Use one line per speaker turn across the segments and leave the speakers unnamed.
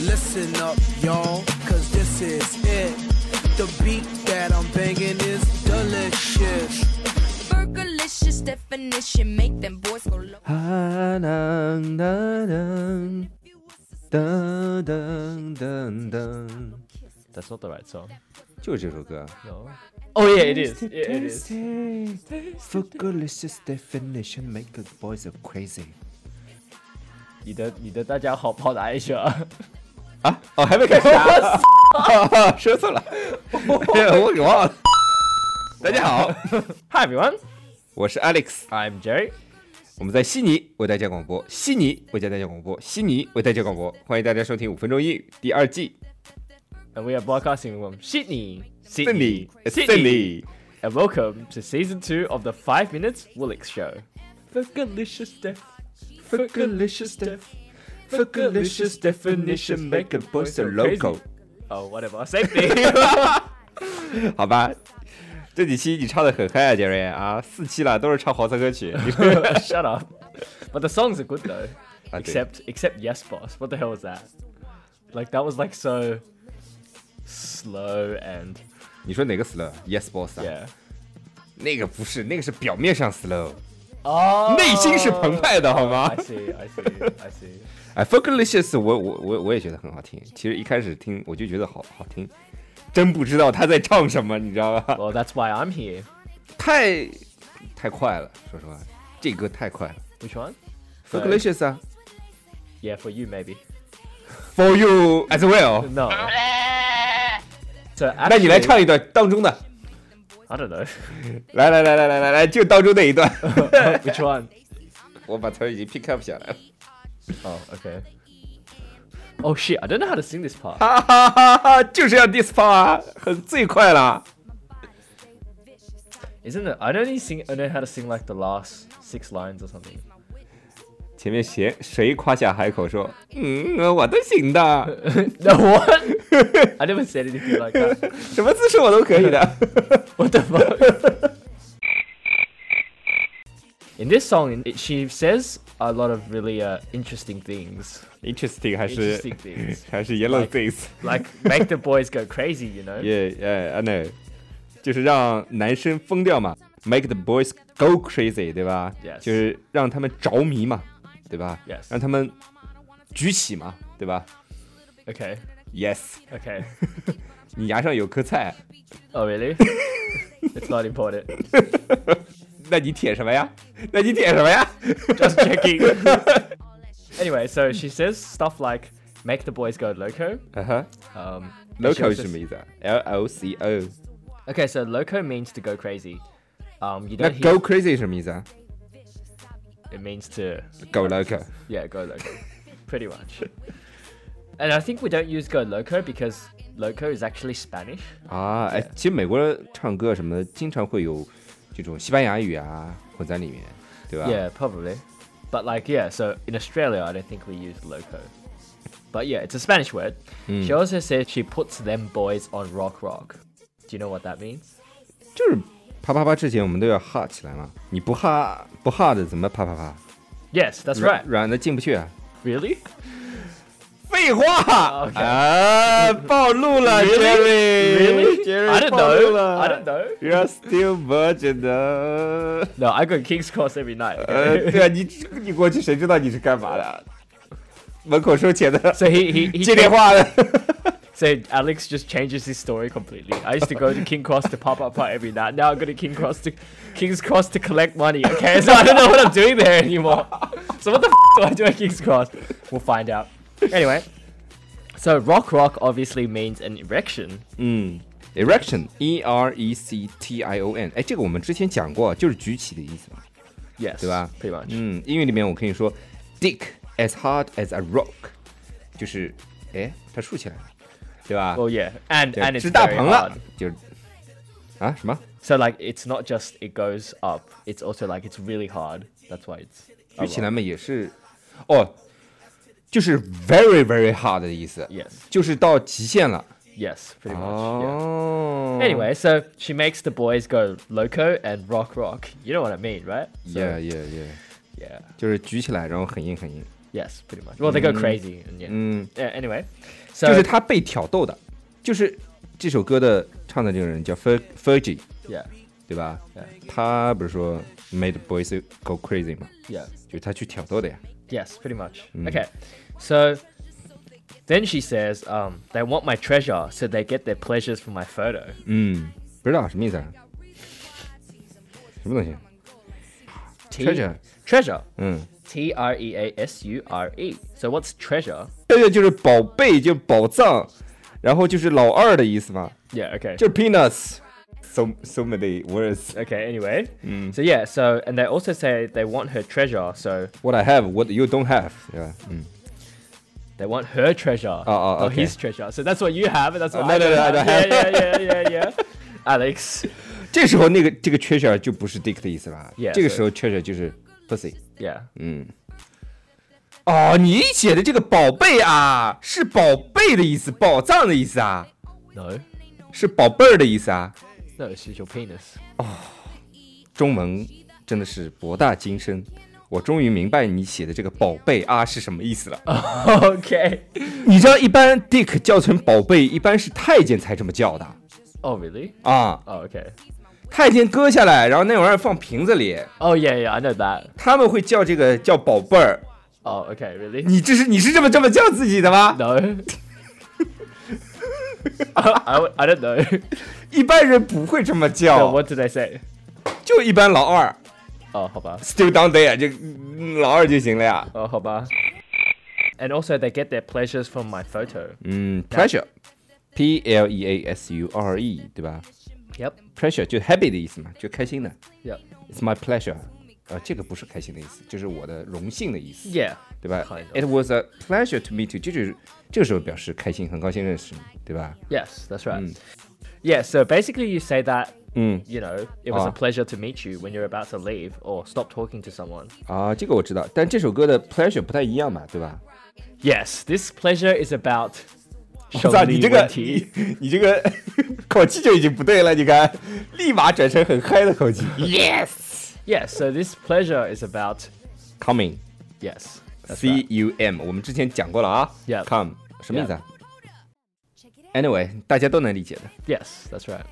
Listen up, y'all, cause this is it. The beat that I'm banging is delicious.
Burgerlicious definition, make them boys go low.
啊噔噔噔噔噔噔，
That's not the right song.
就是这首歌。
No. Oh yeah, it is. Yeah, it is.
For delicious definition, make the boys go crazy.
你的你的大家好跑哪里去了？
哦，还没开始啊！说错 了，哎我给忘了。大家 好，
Hi everyone,
我是 Alex。
I'm Jerry.
我们在悉尼为大家广播，悉尼为大家广播，悉尼为大家广播，欢迎大家收听五分钟英语第二季。
And we are broadcasting from Sydney,
悉尼
Sydney,，
悉尼，
And welcome to season two of the Five Minutes Woolix Show. For delicious def, for delicious def, for delicious definition,
Make the boys go loco.
Oh, whatever, same thing.
好吧。这几期你唱的很嗨啊，杰瑞啊，四期了都是唱黄色歌 曲。
Shut up. But the songs are good though.
啊，对，
Except except yes boss. What the hell was that? Like that was like so slow and
你说哪个 slow？Yes boss 啊
yeah.
那个不是，那个是表面上 slow，
Oh
内心是澎湃的好吗
I？see, I see, I see.
哎 f o c u l i c i o u s 我我我我也觉得很好听。其实一开始听我就觉得好好听，真不知道他在唱什么，你知道吧？
Well that's why I'm here.
太太快了，说实话，这歌太快了。
Which one?
f o c u l i c i o u s 啊
Yeah, for you maybe.
，For you as well。
No. So
那你来
actually-
唱一段当中的，
I don't know.
来来来来来来来，就当中那一段。
Which one?
我把词儿已经 pick up 下来了。
Oh, okay. Oh shit, I don't know how to sing this part.
哈哈哈哈，就是要 this part，啊很最快了。
Isn't it? I don't even sing. I know how to sing like the last six lines or something.
前面谁谁夸下海口说，嗯，我都行的，
No what? I never said anything like that.
什么姿势我都可以的。
What the fuck? In this song, in- it, she says a lot of really uh, interesting things,
Interesting 还是
Interesting things
还是 yellow
Like-
things？
like make the boys go crazy. You know?
耶耶，I know，就是让男生疯掉嘛，make the boys go crazy，对吧
Yes
就是让他们着迷嘛，对吧
Yes
让他们举起嘛，对吧
Okay.
？Yes，
Okay.
你牙上有颗菜，
Oh really? it's not important.
那你舔什么呀？那你舔什么呀？
Just checking. anyway, so she says stuff like make the boys go loco.
嗯哼
Um, and she
，loco
also
是什么意思啊？L O C O，
Okay, so loco means to go crazy. Um, you
那
don't hear
go crazy 是什么意思啊
it means to
？Go loco，
yeah go loco, pretty much. And I think we don't use go loco because loco is actually Spanish.
啊，哎，其实美国人唱歌什么的，经常会有这种西班牙语啊混在里面，对吧
Yeah, probably. But like yeah, so in Australia I don't think we use loco. But yeah, it's a Spanish word. She also says she puts them boys on rock rock. Do you know what that means?
就是啪啪啪之前我们都要哈起来嘛，你不哈不哈的怎么啪啪啪？
Yes, that's
软
right.
软的进不去啊。
Really?
废话
OK
啊，暴露了
Really? I
，Jerry，Jerry，
don't
暴露
know. I
了
don't know.
，You're still virgin 的。
No, I go King's Cross every night.
呃，
okay?
对啊，你你过去谁知道你是干嘛的？啊门口收钱 的，
so he he, he
接电话的。
So Alex just changes his story completely. I used to go to King Cross to pop up pie every night. Now I go to King Cross to King's Cross to collect money. Okay, so I don't know what I'm doing there anymore. So what the f- do I do at King's Cross? We'll find out. Anyway, so rock rock obviously means an erection.
嗯，erection e r e c t i o n，哎，这个我们之前讲过，就是举起的意思嘛，
Yes.
对吧
Pretty much.
嗯，英语里面我可以说，dick as hard as a rock，就是，哎，它竖起来了，对吧？
Well, yeah, and
对
哦 and it's
直大
very
棚了
hard.，
就是，啊什么？
So like, it's not just it goes up. It's also like it's really hard. That's why it's. a
举起
rock.
来嘛也是，哦，就是 very very hard 的意思
Yes.
就是到极限了。
Yes. Pretty much.
Oh.
yeah.
哦
Anyway, so she makes the boys go loco and rock rock. You know what I mean, right? So,
yeah yeah yeah，
Yeah.
就是举起来，然后很硬很硬，
Yes, pretty much. Well, they
Mm.
go crazy. And yeah.
嗯，
Yeah, anyway,
就
so
是他被挑逗的，就是这首歌的唱的这个人叫 Fer Fergie，
yeah,
对吧
对？
他不是说 made boys go crazy 吗？
yeah,
就是他去挑逗的呀。
yes, pretty much.
Mm.
Okay, so then she says, um, they want my treasure, so they get their pleasures from my photo.
嗯，不知道什么意思啊？什么东西？
T-
Treasure. Mm.
treasure,
嗯，
T R E A S U R E. So what's treasure?
这个就是宝贝，就宝藏，然后就是老二的意思嘛。
Yeah, okay.
就是 peanuts。So so many words.
Okay, anyway.
Mm.
So yeah, so and they also say they want her treasure, so
What I have, what you don't have. 对吧？嗯。
They want her treasure. Oh,
oh,
Or
okay.
his treasure. So that's what you have, and that's what
Uh,
I
no, no,
don't
no, I
have.
don't have.
Yeah, yeah, yeah, yeah, yeah. Alex.
这时候那个这个 treasure 就不是 dick 的意思啦。
Yeah，
这
对
个时候 treasure 就是 pussy。
Yeah.
嗯。哦，你写的这个宝贝啊，是宝贝的意思，宝藏的意思啊，
No.
是宝贝儿的意思啊。
No, it's just your penis.
中文真的是博大精深，我终于明白你写的这个宝贝啊是什么意思了。
okay.
你知道一般 dick 叫成宝贝，一般是太监才这么叫的
Oh, really?
啊。
Oh, okay.
太监割下来，然后那玩意儿放瓶子里，
Oh, yeah, yeah, I know that.
他们会叫这个叫宝贝儿。
Oh, okay, really?
你这是你是这么这么叫自己的吗？
No. I, I, I don't know.
一般人不会这么
So
叫，
what did I say?
就一般老二
Oh, 好吧.
still down there 就嗯老二就行了呀。
Oh, 好吧. And also, they get their pleasures from my photo.
嗯，pressure，P L E A S U R E，对吧
Yep.
？pressure 就 happy 的意思嘛，就开心的。
Yep.
It's my pleasure，呃，这个不是开心的意思，就是我的荣幸的意思，
Yeah.
对吧
kind of
？It was a pleasure to meet you，就是这个时候表示开心，很高兴认识你，对吧？
Yes, that's right.
Mm.
Yeah, so basically you say that,
嗯，
you know, it was
Ah.
a pleasure to meet you when you're about to leave or stop talking to someone.
啊，这个我知道，但这首歌的 pleasure 不太一样嘛，对吧？
Yes, this pleasure is about
我操，你这个
手里问题。
你你 这个口气就已经不对了，你看，立马转成很嗨的口 气。Yes，coming，C
Yeah, so this pleasure is about yes. That's right.
U M，我们之前讲过了啊
Yep
，come 什么意思啊？Anyway，大家都能理解的。
Yes, that's right.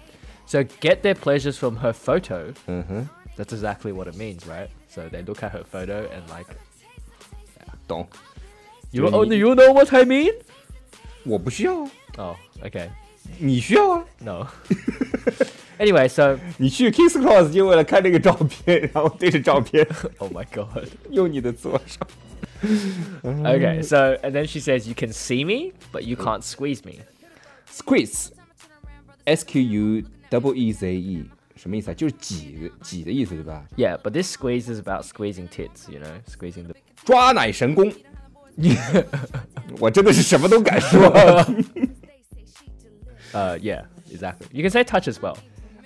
So get their pleasures from her photo.
嗯哼，
That's exactly what it means, right? So they look at her photo and like
懂。
you
Really?
oh, do you know what I mean?
我不需要啊，
Oh, okay.
你需要啊。
No. anyway, so
你去 Kiss Cross 就为了看这个照片，然后对着照片
oh my god.
用你的左手。
Okay, so and then she says, "You can see me, but you can't squeeze me."
Squeeze，S Q U double E Z E，什么意思啊？就是挤挤的意思，对吧？
Yeah, but this squeeze is about squeezing tits, you know, squeezing the.
抓奶神功。 我真的是什么都敢说
Uh, yeah, exactly. You can say touch as well.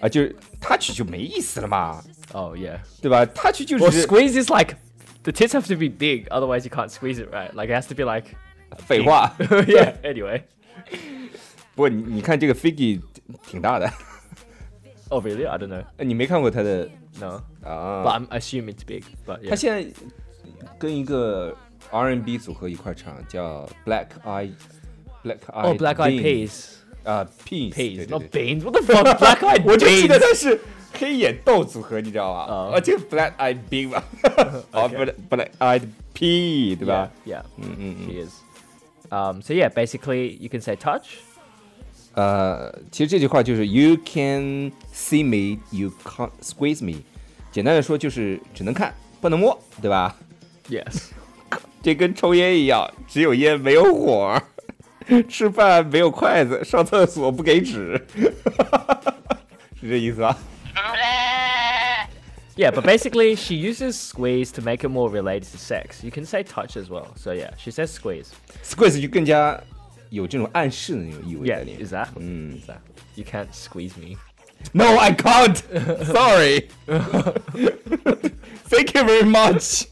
啊，就是 touch 就没意思了嘛，
Oh yeah.
对吧？touch 就
Well,
是
squeeze is like the tits have to be big, otherwise you can't squeeze it right. Like it has to be like.
废话。
yeah. Anyway.
不过你你看这个 Figgy 挺大的，呃
Oh really? I don't know.
你没看过他的
No,
啊
but I'm assuming it's big. But
他
yeah.
现在跟一个 R&B 组合一块儿唱，叫 Black Eye Black Eye
Oh, black eyed
Bean
peas.
啊 Peas 对
Peas,
对
not
对，
beans. What the fuck? Black eyed
我就记
beans.
得他是黑眼豆组合，你知道吧？
哦
啊，这个 Black Eye Bean 吧，啊 Black Black Eye Pea
Yeah.
对吧？
Yeah. She is. Um. So yeah, basically you can say touch.
呃，其实这句话就是 You can see me, you can't squeeze me，简单的说就是只能看不能摸，对吧？
Yes.
这跟抽烟一样，只有烟没有火儿，吃饭没有筷子，上厕所不给纸， 是这意思吧？
Yeah, but basically, she uses squeeze to make it more related to sex. You can say touch as well. So yeah, she says squeeze.
Squeeze 就更加有这种暗示的那种意味
Yeah,
在里面。
exactly. Exactly. You can't squeeze me.
No, I can't. Sorry. Thank you very much.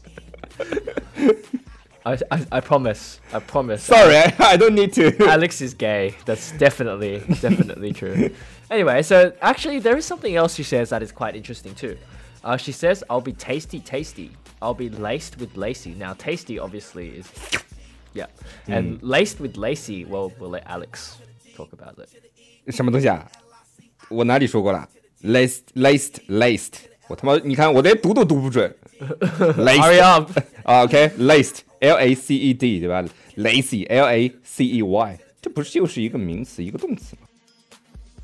I, I, I promise. I promise.
Sorry, I, I don't need to.
Alex is gay. That's definitely, definitely true. Anyway, so actually, there is something else she says that is quite interesting too. Uh, she says, "I'll be tasty, tasty. I'll be laced with lacy." Now, tasty obviously is, yeah, and laced with lacy. Well, we'll let Alex talk about it.
什么东西啊？我哪里说过了？Laced, laced, laced。我他妈，你看我连读都读 不准。
Hurry
Laced
up!
o k laced, L A C E D，对吧？Lacy, L A C E Y，这不是就是一个名词，一个动词吗？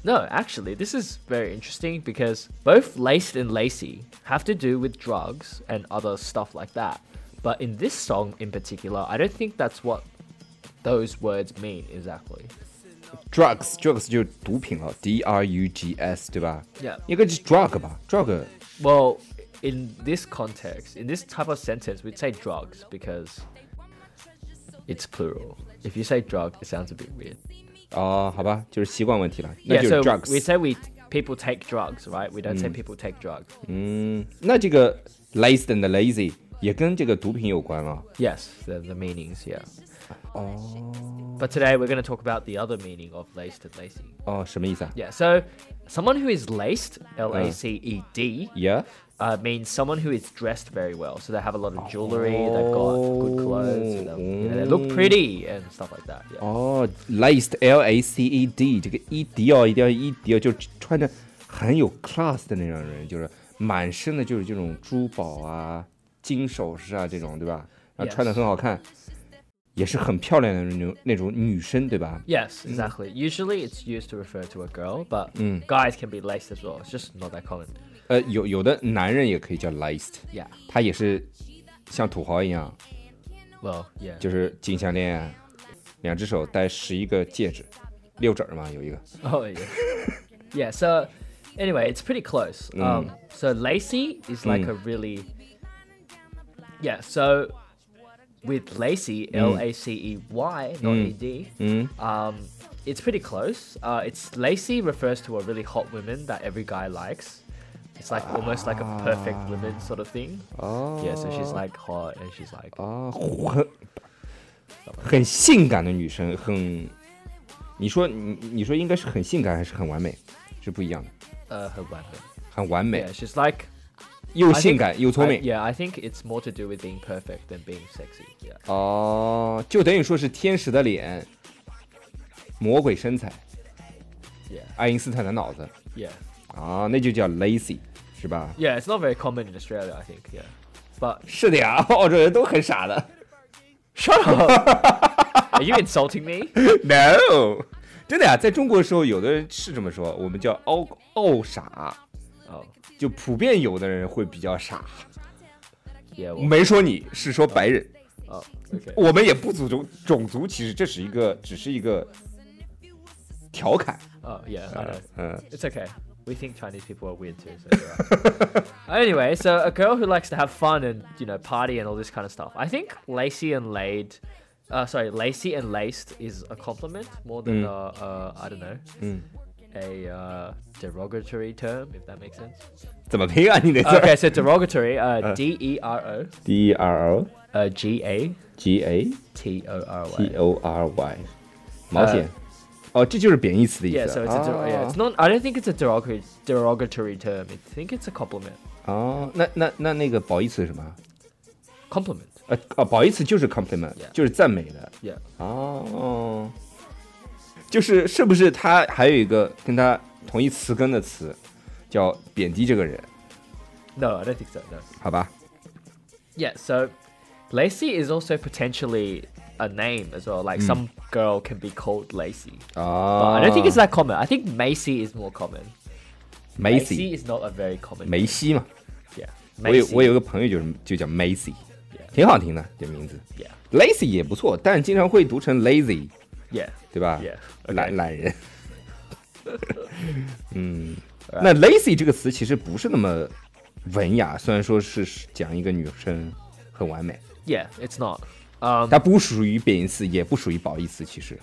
No, actually, this is very interesting because both laced and lacy have to do with drugs and other stuff like that. But in this song in particular, I don't think that's what those words mean exactly.
drugs drugs 就是毒品了，D R U G S 对吧
Yeah.
应该是 drug 吧，drug
Well, in this context, in this type of sentence, we'd say drugs because it's plural. If you say drug, it sounds a bit weird.
哦，好吧，就是习惯问题了，那
yeah,
就是
so
drugs。
we say we people take drugs, right? We don't say people take drugs.
那这个 laced and lazy 也跟这个毒品有关啊了。
Yes, the, the meanings, yeah. But today we're going to talk about the other meaning of laced and lacy.
哦，什么意思啊
Yeah, so someone who is laced, L A C E D,
？Yeah，
uh, means someone who is dressed very well. So they have a lot of jewelry, they've got good clothes, and they- you know, they look pretty and stuff like that. Yeah.
哦，laced L A C E D 这个 E D 哦，一定要 E D 哦，就是穿着很有 class 的那种人，就是满身的就是这种珠宝啊、金首饰啊这种，对吧？啊，
Yes
穿的很好看，也是很漂亮的那种那种女生，对吧？
Yes, exactly. Usually it's used to refer to a girl, but guys can be laced as well. It's just not that common.
呃，有有的男人也可以叫 laced，
Yeah.
他也是像土豪一样，
Well, yeah.
就是金项链，啊两只手戴十一个戒指，六指儿嘛，有一个。
Oh yeah. yeah. So anyway, it's pretty close. Um, so Lacey is like a really yeah. So with Lacey, L A C E Y, not E D. Um, it's pretty close. Uh, it's Lacey refers to a really hot woman that every guy likes. It's like almost like a perfect woman sort of thing. Oh. Yeah, so she's like hot and she's like
啊，很很性感的女生，很，你说你你说应该是很性感还是很完美，是不一样的，
uh, her weapon.
很完美
Yeah, she's like
又
I
性
think-
感又哎聪
I-
明，
yeah, I think it's more to do with being perfect than being sexy. Yeah.
哦，就等于说是天使的脸，魔鬼身材，
Yeah.
爱因斯坦的脑子
Yeah.
啊，那就叫 lazy 是吧？
Yeah, it's not very common in Australia, I think. Yeah. But
是的呀， 澳洲人都很傻的。
shut up. Are you insulting me?
No，真的 呀，在中国的时候，有的人是这么说，我们叫傲傲傻，
Oh,
就普遍有的人会比较傻。
yeah. Well,
没说你是说白人，
oh, okay.
我们也不注重种族歧视，这是一个只是一个调侃。
Oh, yeah. I know.
嗯
It's okay. We think Chinese people are weird too. So you're right. anyway, so a girl who likes to have fun and you know party and all this kind of stuff. I think lacy and laid, uh, sorry, lacy and laced is a compliment more than uh, uh, I don't know, a uh, derogatory term if that makes sense.
怎么拼啊？你的字
Okay, so derogatory, uh, D E R O
？D R O
uh, G A
G A
T O R
T
Y.
O R Y，毛显。哦，这就是贬义词的意
Yeah,
思
so it's a der- yeah,
啊
it's not. I don't think it's a derogatory derogatory term. I think it's a compliment.
哦，那那那那个褒义词是什么？
Compliment.
呃哦，褒义词就是 compliment，
Yeah
就是赞美的。
Yeah.
哦，就是是不是他还有一个跟他同义词根的词，叫贬低这个人？
No, I don't think so. No.
好吧？
Yeah. So, Lacey is also potentially a name as well. Like some girl can be called Lacey.
哦
But I don't think it's that common. I think Macy is more common.
梅西，
is not a very common.
梅
name.
西嘛。
Yeah.
我有
Macy.
我有个朋友就是就叫 Macy，
Yeah.
天挺好听的这名字。
Yeah.
Lazy 也不错，但经常会读成 lazy，
Yeah.
对吧
Yeah.
懒
Okay.
懒人。嗯，那 lazy 这个词其实不是那么文雅，虽然说是讲一个女生很完美，
Yeah. It's not. Um,
它不属于贬义词，也不属于褒义词，其实。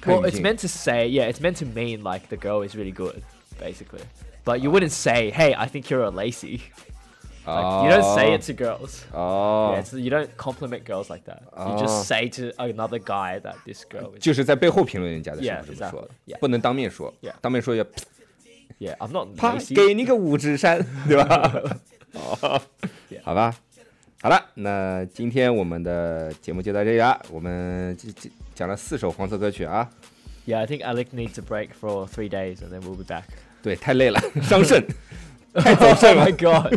看
well,
语
it's
境
meant to say. Yeah, it's meant to mean like the girl is really good, basically. But you wouldn't say, "Hey, I think you're a lacy." Like, You don't say it to girls.
哦
Yeah, so you don't compliment girls like that. You
Oh.
just say to another guy that this girl is.
就是在背后评论人家的时
Yeah,
候这么说
exactly. Yeah.
不能当面说
Yeah.
当面说要
Yeah, I'm not
啪
lazy.
给你个五指 山，对吧？哦
Yeah.
好吧，好了，那今天我们的节目就到这里了，我们这这讲了四首黄色歌曲啊，
Yeah, I think Alec needs a break for three days and then we'll be back.
对，太累 了，伤肾。
oh my god.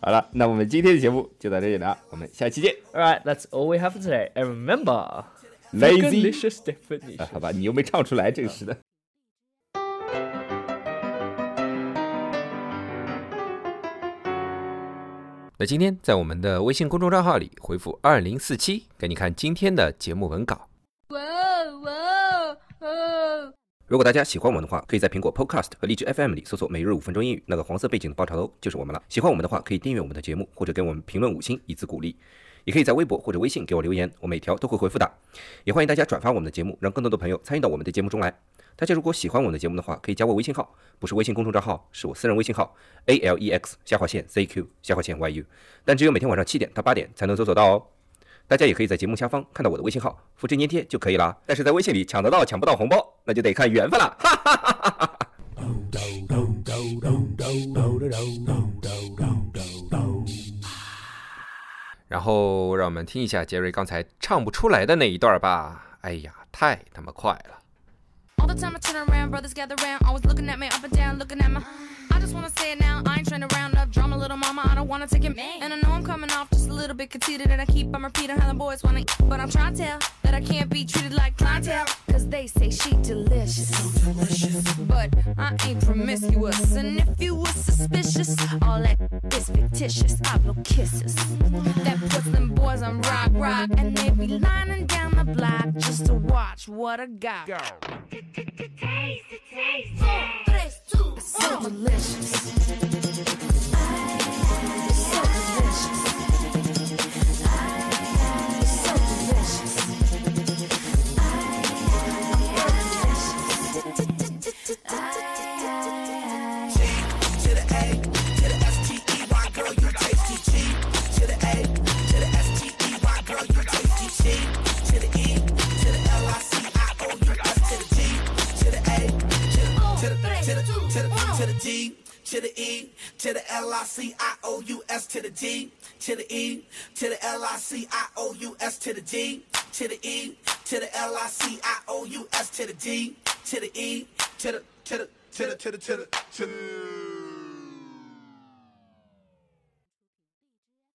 好了，那我们今天的节目就到这里了，我们下期 见
All right, that's all we have for today. And remember,
，lazy，
delicious definition.
啊好吧，你又没唱出来，这个是的。那今天在我们的微信公众账号里回复二零四七，给你看今天的节目文稿。
Whoa, whoa, whoa.
如果大家喜欢我们的话，可以在苹果 Podcast 和荔枝 FM 里搜索“每日五分钟英语”，那个黄色背景的爆炒头就是我们了。喜欢我们的话，可以订阅我们的节目，或者给我们评论五星以资鼓励。也可以在微博或者微信给我留言，我每条都会回复的。也欢迎大家转发我们的节目，让更多的朋友参与到我们的节目中来。大家如果喜欢我们的节目的话，可以加我微信号，不是微信公众账号，是我私人微信号 a l e x 下划线 z q 下划线 y u，但只有每天晚上七点到八点才能搜索到哦。大家也可以在节目下方看到我的微信号，复制粘贴就可以了。但是在微信里抢得到抢不到红包，那就得看缘分了。然后让我们听一下杰瑞刚才唱不出来的那一段吧。哎呀，太他妈快了！
All the time I turn around, brothers gather round, always looking at me up and down, looking at my. I just wanna say it now, I ain't trying to round up drama, little mama, I don't wanna take it. And I know I'm coming off just a little bit conceited, and I keep on repeating how the boys wanna. eat. But I'm trying to tell that I can't be treated like clientele, cause they say she delicious. But I ain't promiscuous, and if you were suspicious, all that is fictitious. I blow kisses. That puts them boys on rock, rock, and they be lining down the block just to watch what I got. so delicious. So delicious. So delicious.
E, to the D, to the E, to the L I C I O U S to the D, to the E, to the L I C I O U S to the D, to the E, to the L I C I O U S to the D, to the E, to the to the to the to the to the to the